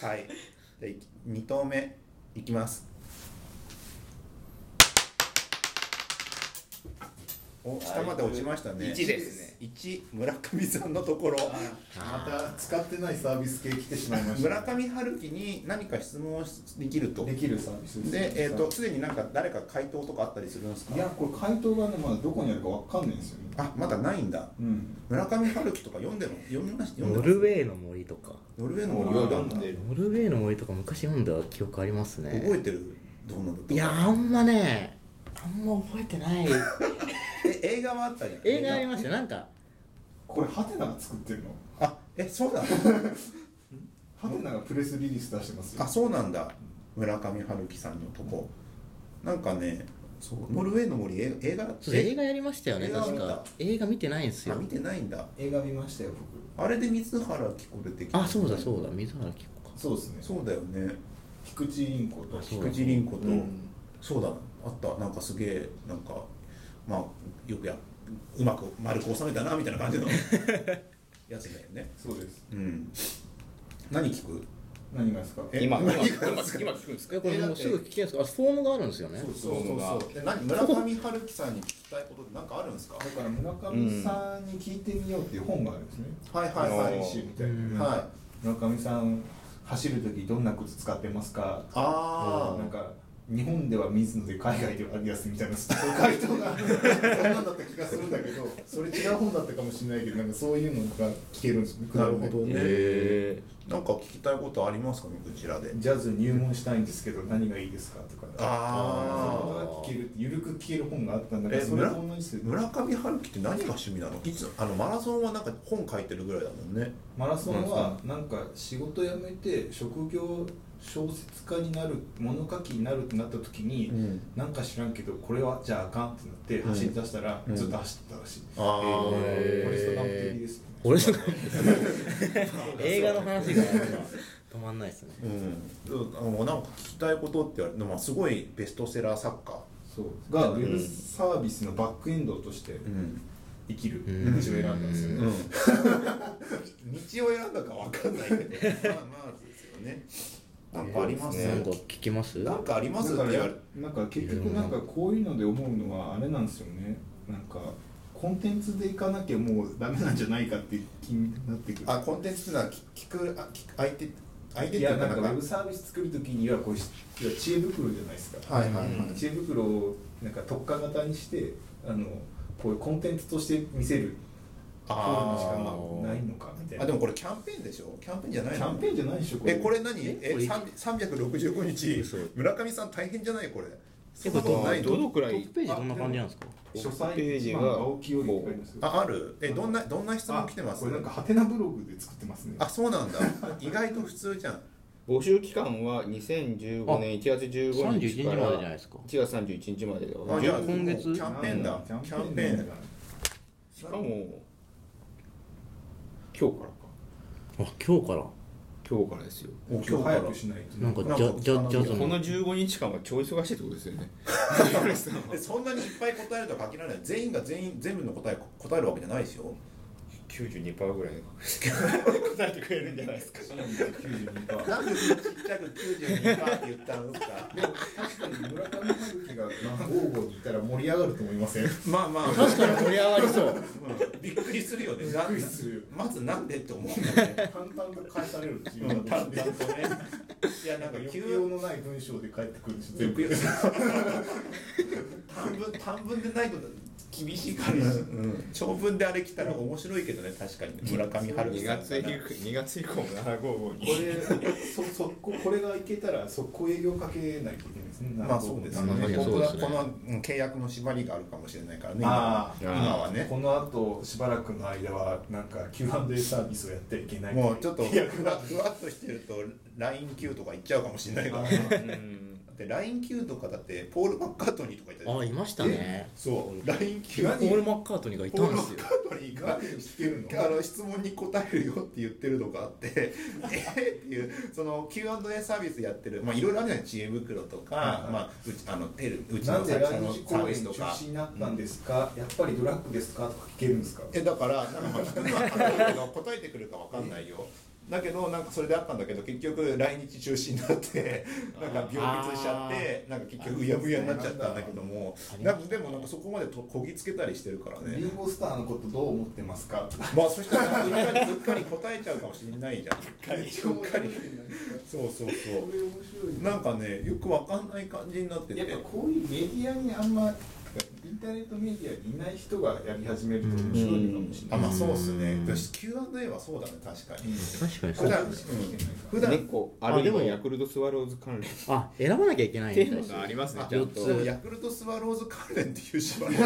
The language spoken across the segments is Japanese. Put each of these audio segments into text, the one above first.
はいで2投目いきますお下まで落ちましたね1ですね1村上さんのところまた使ってないサービス系来てしまいま した村上春樹に何か質問をできるとできるサービスすでえっ、とすでになんか誰か回答とかあったりするんですかいやこれ回答がねまだどこにあるかわかんないんですよねあまだないんだうん村上春樹とか読んでも読みましたノ読んルウでェーの森とかノルウェーの俺は読ん覚でるノルウェーの森とか昔読んだ記憶ありますねえてるどうなるいやあんまねあんま覚えてないえ映画はあったじゃん映画ありましたなんかこれハテナが作ってるのあえそうなのハテナがプレスリリース出してますよあそうなんだ村上春樹さんのとこなんかねそうノルウェーの森映映画そうです映画やりましたよね映画確見たか映画見てないんですあよ見てないんだ映画見ましたよ僕あれで水原希子出てきたあそうだそうだ水原希子かそうですねそうだよね菊池凛子とあそう菊池凛子と、うんそうだあったなんかすげえなんかまあよくやうまく丸く収めたなみたいな感じのやつだよねそうですうん何聞く何がですかえ今今何今が今聞くんですかえこれもうすぐ聞けるんですかあフォームがあるんですよねそうそうそうで何村上春樹さんに聞きたいことって何かあるんですかだから村上さんに聞いてみようっていう本があるんですね、はいはいサはいイン集みたいな、うんはい村上さん走る時どんな靴使ってますかあなんか日本では水野で海外ではアディアスみたいなそういう回答がそんなんだった気がするんだけどそれ違う本だったかもしれないけどなんかそういうのが聞けるんですねあなるほどね、へなんか聞きたいことありますかねこちらでジャズ入門したいんですけど何がいいですかとかあーそういうことが聞けるってゆるく聞ける本があったんだけえどそれ村と同じですよ村上春樹って何が趣味なのいつあのマラソンはなんか本書いてるぐらいだもんねマラソンはなんか仕事辞めて職業小説家になる物書きになるってなった時に、うんなんか知らんけどこれはじゃああかんってなって走り出したらうんずっと走ってたらしい、あーフォレストガンプ的ですよね俺の映画の話がなんか止まんないですねうん、あのなんか聞きたいことって言われて、まあ、すごいベストセラー作家、そうがウェブサービスのバックエンドとしてん生きるうん道を選んだんですよね、 うん、道を選んだかわかんないけどまあまあですよねなんかあります、えーなんか聞きますなんかありまだすってか言わられなんか結局なんかこういうので思うのはあれなんですよねなんかコンテンツでいかなきゃもうダメなんじゃないかって気になってくるあコンテンツっていうのは聞聞くあ聞く相手相手っていいうやかなんなかんウかェブサービス作る時にはこうしいや知恵袋じゃないですか、はいはいはい、うん知恵袋をなんか特化型にしてあのこういうコンテンツとして見せるフォームしかないのかみたいなあでもこれキャンペーンでしょキャンペーンじゃないキのャンペーンじゃないでしょえこれ何ええこれ三365日嘘村上さん大変じゃないこれそえんこなれことないどどのくらトいップページどんな感じなんですか書トッ斎プページがまあ青木よりいっぱいありますよああるえどんなどんな質問来てまあすこれなんかハテナブログで作ってますねあそうなんだ意外と普通じゃん募集期間は2015年1月15 31日日かまでじらゃないですか1月31日までであはじゃあ今月キャンペーンだキャンキペャーンンペだーンしかも今日からかあ今日から今日からですよお今日から早くしないとなんかジャジャジャズこのの15日間は超忙しいってことです よねえそんなにいっぱい答えるとは限らない全員が全員全部の答え答えるわけじゃないですよ92%ぐらい答えてくれるんじゃないですか92パーなんでそんなちっちゃく92%って言ったんですかでも確かに村上春樹が豪語にいたら盛り上がると思いませんまあまあ、確かに盛り上が りそううんびっくりするよね びっくりするまずなんでって思うよ ね簡単と返されるっていう淡のが々とねいやななんんかか抑揚急のない文章で返ってくるんです全全部部 短文短文でないと厳しいから、うん、長文であれ来たら面白いけどね確かに村上春樹2さん月以降2月以降も755にれそそここれがいけたら速攻営業かけないといけないですねまあそうですねね。ま本あそ当うではすねこのうん契約の縛りがあるかもしれないからね。あー今はね。この後しばらくの間はなんか Q&A サービスをやってはいけないもうちょっといやふわふわっとしてると LINE 級とか行っちゃうかもしれないから。だうんって LINE 級とかだってポール・マッカートニーとか言ってたあいましたねそう。LINE 級ポポ何ール・マッカートニーがいたール・んマですッよカートニーが何を知ってるのあの質問に答えるよって言ってるのがあって えーっていうその Q&A サービスやってるまあいろいろあるじゃない知恵袋とか、はいはいまあうちあのテルうちなのんで会社来の日サー公ビ演ス中とか止になったんですか、やっぱりドラッグですかとか聞けるんですかえだからなんかまあ聞くのは分かるけど答えてくるか分かんないよだけどなんかそれであったんだけど結局来日中止にな ってなんか病欠しちゃってなんか結局うやむやになっちゃったんだけどもなんかでもなんかそこまでとこぎつけたりしてるからリねンゴスターのことどう思ってますかまあそしたらうっかりうっかり答えちゃうかもしれないじゃんめっちゃ面白いねそうそうこそれ面白いうなんかねよくわかんない感じになっててやっぱこういうメディアにあんまインターネットメディアにいない人がやり始めると面白いのかもしれなあい、まあそうっすね私 Q&A はそうだね確かに確かにそ普う段、うん、普段猫あるいはヤクルトスワローズ関連あ選ばなきゃいけないテんだーマがありますねあちゃんと四つヤクルトスワローズ関連っていう縛 り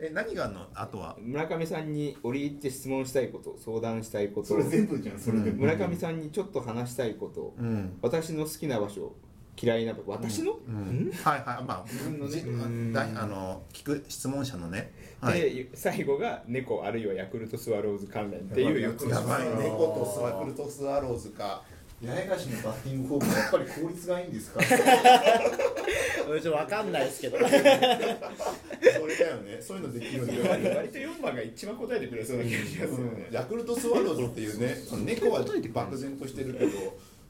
え何があんのあとは村上さんに折り入って質問したいこと相談したいことそれ全部じゃんそれでも、村上さんにちょっと話したいことうん私の好きな場所嫌いな場所私の、うん、はいはいまあ自分のねじんだいあの聞く質問者のね、はい、で最後が猫あるいはヤクルトスワローズ関連っていうやつやばいあー猫とスワクルトスワローズか八重樫のバッティングフォームやっぱり効率がいいんですか俺ちょっとわかんないですけどそれだよねそういうのできるんだよ割ね割と4番が一番答えてくれそうな気がしますよね、ヤクルトスワローズっていうねその猫は漠然としてるけど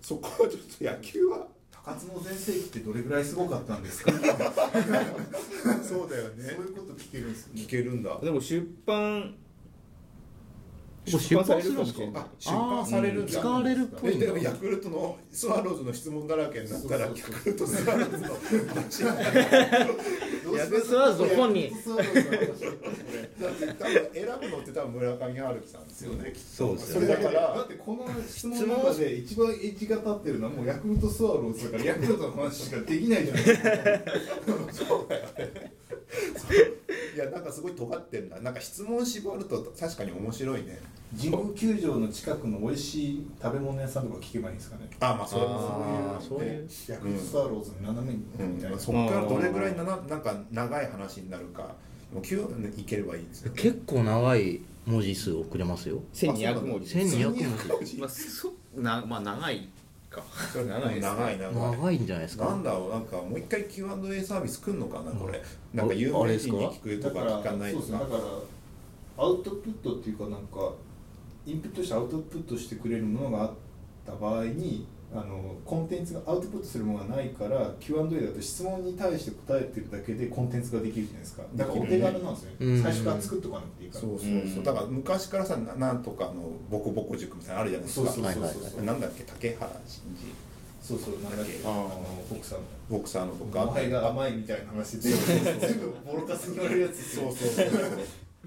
そこはちょっと野球は 高津の全盛期ってどれぐらいすごかったん ですかそうだよそういうこと聞けるんですよね聞けるんだでも出版もう出版するんですかあ出版されるんだあー使われるっぽいんだえでもヤクルトのスワローズの質問だらけになったらヤそうそうそうクルトスワローズの話になるヤクルトはどこにヤクルトスワローズの話だって多分選ぶのって多分村上春樹さんですよねきっとそうですそれよねだからだってこの質問の中で一番エッジが立ってるのはもうヤクルトスワローズだからヤクルトの話しかできないじゃないですかいやなんかすごい尖ってるななんか質問絞ると確かに面白いね神宮球場の近くの美味しい食べ物屋さんとか聞けばいいんですかねあまあそれあもーそういうヤクルトスワローズの斜めにそういう、みたいな、うん、そっからどれぐらいなななんか長い話になるかもう9いければいいんですよ結構長い文字数送れますよ1200文字です1200文まあ、そなまあ長いかそれ長い長い長い長いんじゃないですかなんだろうなんかもう一回 Q&A サービス来んのかなこれなんか有ああ名れです人かに聞くだとかから聞かないそとうですねだかからアウトプットっていうかなんかインプットしてアウトプットしてくれるものがあった場合にあのコンテンツがアウトプットするものがないから Q&A だと質問に対して答えてるだけでコンテンツができるじゃないですかだからお手軽なんですよね、うん最初から作っとかなくていいからそうそうそう、うんだから昔からさななんとかのボコボコ塾みたいなのあるじゃないですそうかそうそうそうはいはいなんだっけ竹原慎二そうそうなんだっけああーの奥さんのボクサーのとかお前が甘いみたいな話で全部ボロカスに言われるやつですそようそうそう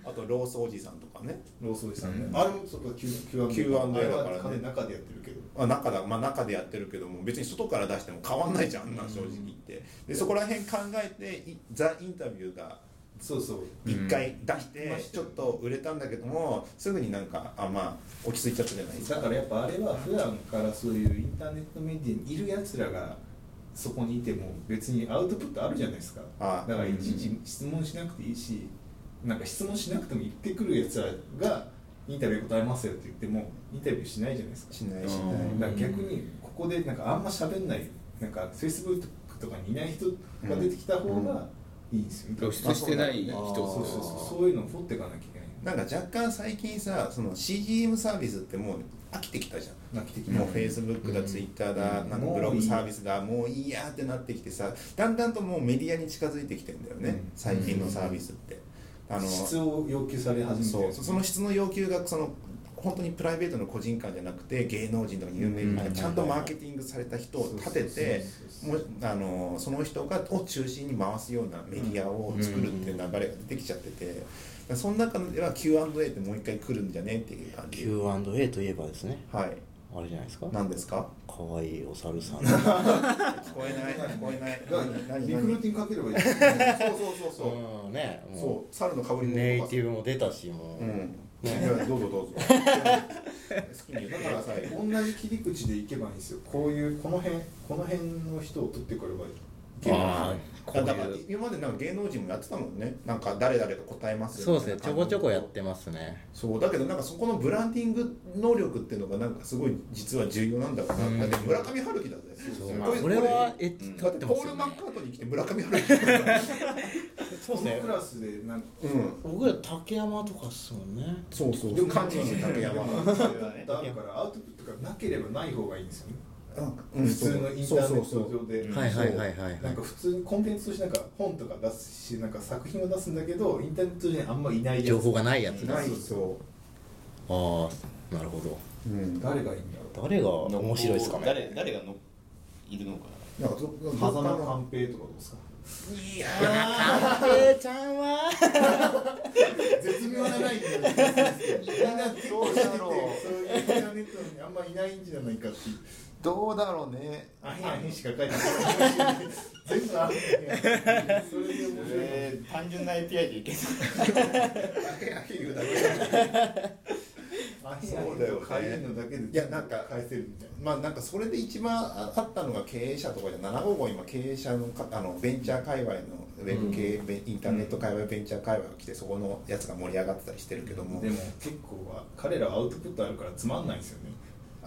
あとロースおじさんとかねローソイさんね、うんあれもそこ Q- Q&A Q&A だからねあれは金の中でやってるけどあ中だまあ中でやってるけども別に外から出しても変わんないじゃんあんなん正直言ってでそこら辺考えていザ・インタビューがそうそう1回出して、うんちょっと売れたんだけどもすぐになんかあまあ落ち着いちゃったじゃないですだかからやっぱあれは普段からそういうインターネットメディアにいるやつらがそこにいても別にアウトプットあるじゃないですかあだからいちいうち質問しなくていいしなんか質問しなくても言ってくるやつらがインタビュー答えますよって言ってもインタビューしないじゃないですかしないしうないんだから逆にここでなんかあんま喋んないなんかフェイスブックとかにいない人が出てきた方がいいんですよ、露出してない人あそうそうそうそういうのを掘っていかなきゃいけないなんか若干最近さその CGM サービスってもう飽きてきたじゃん泣き的もうなフェイスブックだ、うんツイッターだ、うんなんかブログサービスだ、もういいやってなってきてさ、だんだんともうメディアに近づいてきてんだよね、うん最近のサービスって。あの質を要求され始めてそうるその質の要求がその本当にプライベートの個人間じゃなくて芸能人とか有名人とうかんちゃんとマーケティングされた人を立ててそうもそうそうそううあのその人がを中心に回すようなメディアを作るっていう流れが出てきちゃっててだからその中では Q&A ってもう一回来るんじゃねっていう感じ Q&A といえばですねはいあれじゃないですか何ですかかわいいお猿さん聞こえない聞こえないだから何何リクルーティングかければいいそうそうそうそう、うんねもそう猿のかぶうりもネイティブも出たしもう、うんいやどうぞどうぞ 好きに言ってだくかださいら同じ切り口でいけばいいんですよこういうこの辺この辺の人を取ってくればいいっていうのあはーこういだうから今までなんか芸能人もやってたもんねなんか誰々が答えますよそうですねみちたいょな感こじちょこやってますねそうだけどなんかそこのブランディング能力っていうのがなんかすごい実は重要なんだろうな、うんだって村上春樹だぜそうこれまあこれはエッジだ立っっててポまーすル・よねマッカートニー来て村上春樹だからこのクラスでなんかうん僕ら竹山とかっすもんねそうそうででもも漢字の竹山アウトプットあるからアウトプットがなければない方がいいんですよねうん普通のインターネッそうそうそうト上ではいはいはいはいなんか普通にコンテンツとしてなんか本とか出すしなんか作品を出すんだけどインターネット上にあんまいないやつ情報がないやつだあないそあなるほどう、うん、誰がいいんだろう誰が面白いですかね誰誰がのいるのかなんかどどっか風間の寛平とかどうですかいやいやーちゃんは絶妙なラインでみんな結構知っどうててだろうそういうインターネットにあんまいないんじゃないかっていうどうだろうねあへんあへんしか書いて ない全部あへんあへんそれで面白いえー単純な API でいけそあへんそうあだへよんねと変えるのだけでいやなんか返せるみたいなまあなんかそれで一番ああったのが経営者とかじゃ755今経営者のかあのベンチャー界隈のウェブ系、ベンインターネット界隈ベンチャー界隈が来てそこのやつが盛り上がってたりしてるけども、でも結構は彼らアウトプットあるからつまんないんですよね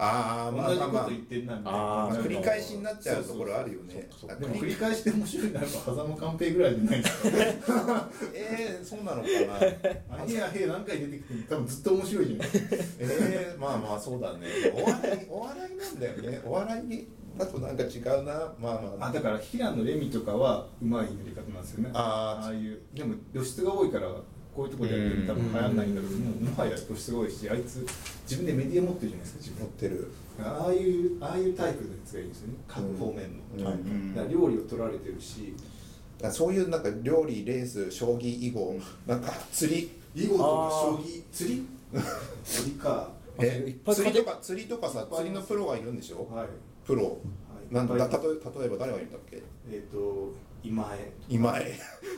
ああまあ同じまあこまとあ言ってんなみたいなまああー繰り返しになっちゃうところあるよそうそうねそうだでからも繰り返して面白いならば狭間寛平ぐらいじゃないですかえー、そうなのかなあへやへ何回出てきても多分ずっと面白いじゃないですかえー、まあまあそうだねお笑いお笑いなんだよねお笑いだとなんか違うなまあまああだから平野レミとかはうまい塗り方なんですよねあーあいうでも露出が多いからこういうとこでやってると多分流行んないんだろうけどもうもはや露出が多いしあいつ自分でメディア持ってるじゃないですか自持っ分てるああいうああいうタイプのやつがいいんですよね各方面の、うんはいうんだから料理を取られてるしだからそういうなんか料理レース将棋囲碁なんか釣り囲碁とかあー将棋釣り釣りかえいっぱい釣勝りてとか釣りとかさ釣りのプロがいるんでしょはいプロいなんだいっ例ぱいえ例えば誰がいるんだっけえっ、と今江今井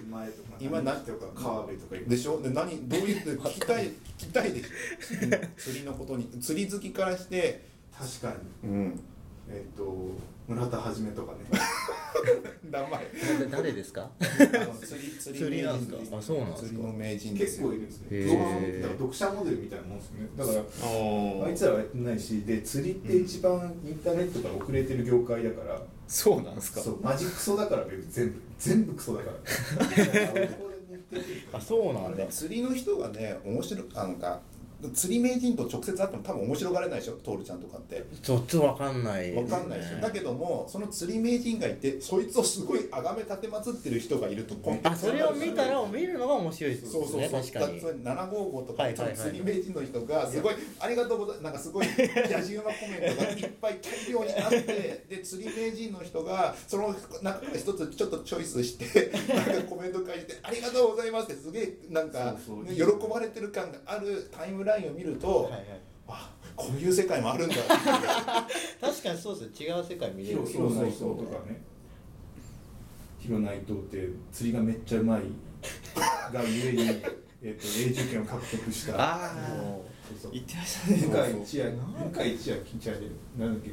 今江とか今江なとか川辺とかいるでしょで何どういう聞きたい聞きたいでしょうん釣りのことに釣り好きからして確かにうんえっ、と村田はじめとかね名前誰ですかあの釣り釣釣りなん名す人かあそうなんすか釣りの名人です結よ構いるんですねへー動画のだから読者モデルみたいなもんですねだからうおあいつらはやってないしで釣りって一番インターネットから遅れてる業界だから、そうなんですかそうマジクソだから全部全部クソだからあそうなんだ釣りの人がね面白くあのか釣り名人と直接会っても多分面白がれないでしょ徹ちゃんとかってちょっとわかんないわかんないでしょ、だけどもその釣り名人がいてそいつをすごい崇め立てまつってる人がいるとコンテンあツそにれなをるし見たら見るのが面白いですそうそうねそう、確かにだから755とか、はいはいはい釣り名人の人がすごいありがとうございますなんかすごい野じ馬コメントがいっぱい大量にあってで釣り名人の人がその中から一つちょっとチョイスしてなんかコメント返して「ありがとうございます」ってすげえなんかそうそうね喜ばれてる感があるタイムラインを見ると、はいはいあこういう世界もあるんだ確かにそうですね違う世界見れヒロるヒロ内藤とかねヒロ内藤って釣りがめっちゃうまいがゆえにえっと永住権を獲得したあーもうそうそう言ってましたね向井千秋向井千秋じゃねえなんだっけ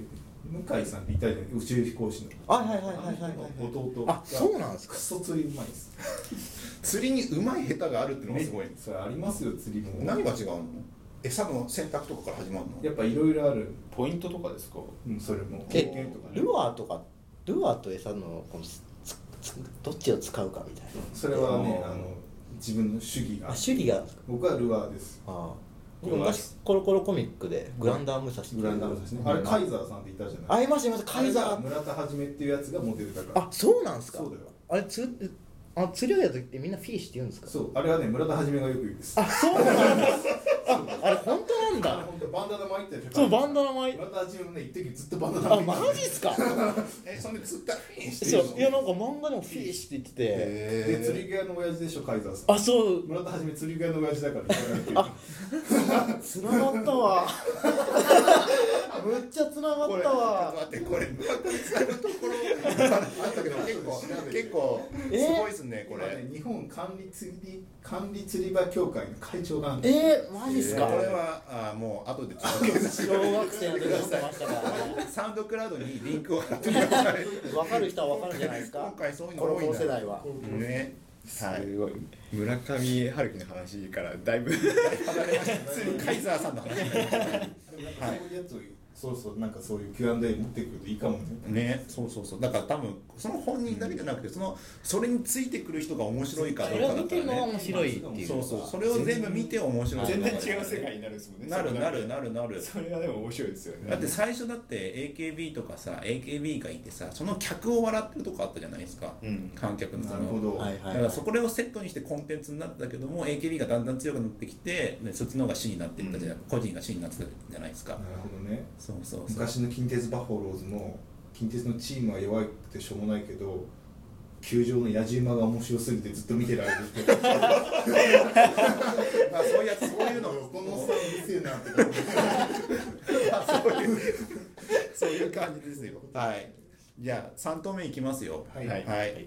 向井さんっていたじゃん宇宙飛行士のはいはいはいはいはいはい弟があそうなんですかクソ釣りうまいです釣りにうまい下手があるっていうのがすごいねそれありますよ釣りも何が違うの餌の選択とかから始まるのやっぱいろいろある、ポイントとかですかうん、それも経え験とかねルアーとかルアーと餌のこのつつつどっちを使うかみたいそれはねあーあの自分の主義ながあ種類が僕はルアーですああ僕昔コロコロコミックでグランダームサシグランダムですねあれカイザーさんっていたじゃないあいましたいましたカイザあれがー村田はじめっていうやつがモデルだからあそうなんですかそうだよあれつあ釣り上げた時ってみんなフィーシュって言うんですかそうあれはね村田はじめがよく言うんですあそうなんですああれ本当なあんれだ本当バンダナ巻いてるそうバンダナ巻い村田はじめもね一時ずっとバンダナあ巻いてマるジっすかえそれ釣ったらいいしてるそういやなんか漫画でもフィーシュって言っててへでー釣り具屋の親父でしょカイザーさんあそう村田はじめ釣り具屋の親父だからあつながったわむっちゃつながこっれたわ待ってこれ村上さんのところあったけど結構結構すえごいですねここれれ。ね日本管理釣り管理釣り場協会の会長なんですえー、マジっすかこれはあもう後でちょっと小学生の時にってましたからねサウンドクラウドにリンクを貼ってください分かる人は分かるんじゃないですか今回そういうのこの多いん同だ世代は ねはいすごい村上春樹の話からだいぶ離れましたね普通にカイザーさんの話になりましたねそういうやつをそうそうなんかそういう Q&A 持ってくるといいかもねね そうそうそうだから多分その本人だけじゃなくてそのそれについてくる人が面白いかどそうれかをだ見かてるのがらね面白いっていうそのうがそうそれを全部見て面白い全然違う世界になるんですもんねなるなそれるなるなるそれがでも面白いですよねだって最初だって AKB とかさ AKB がいてさその客を笑ってるとこあったじゃないですか、うん観客のそなのるほど、はだいはいかはらいそこをセットにしてコンテンツになったけども AKB がだんだん強くなってきて、ね、そっちの方が主になっていったじゃない、個人が主になってたじゃないですか、なるほどねそうそうそう昔の近鉄バファローズも近鉄のチームは弱くてしょうもないけど球場の野じ馬が面白すぎてずっと見てられるって まあそういうやつそういうのこのおっさんうるせえなって思ってそういう感じですよはいじゃあ3投目いきますよはいはい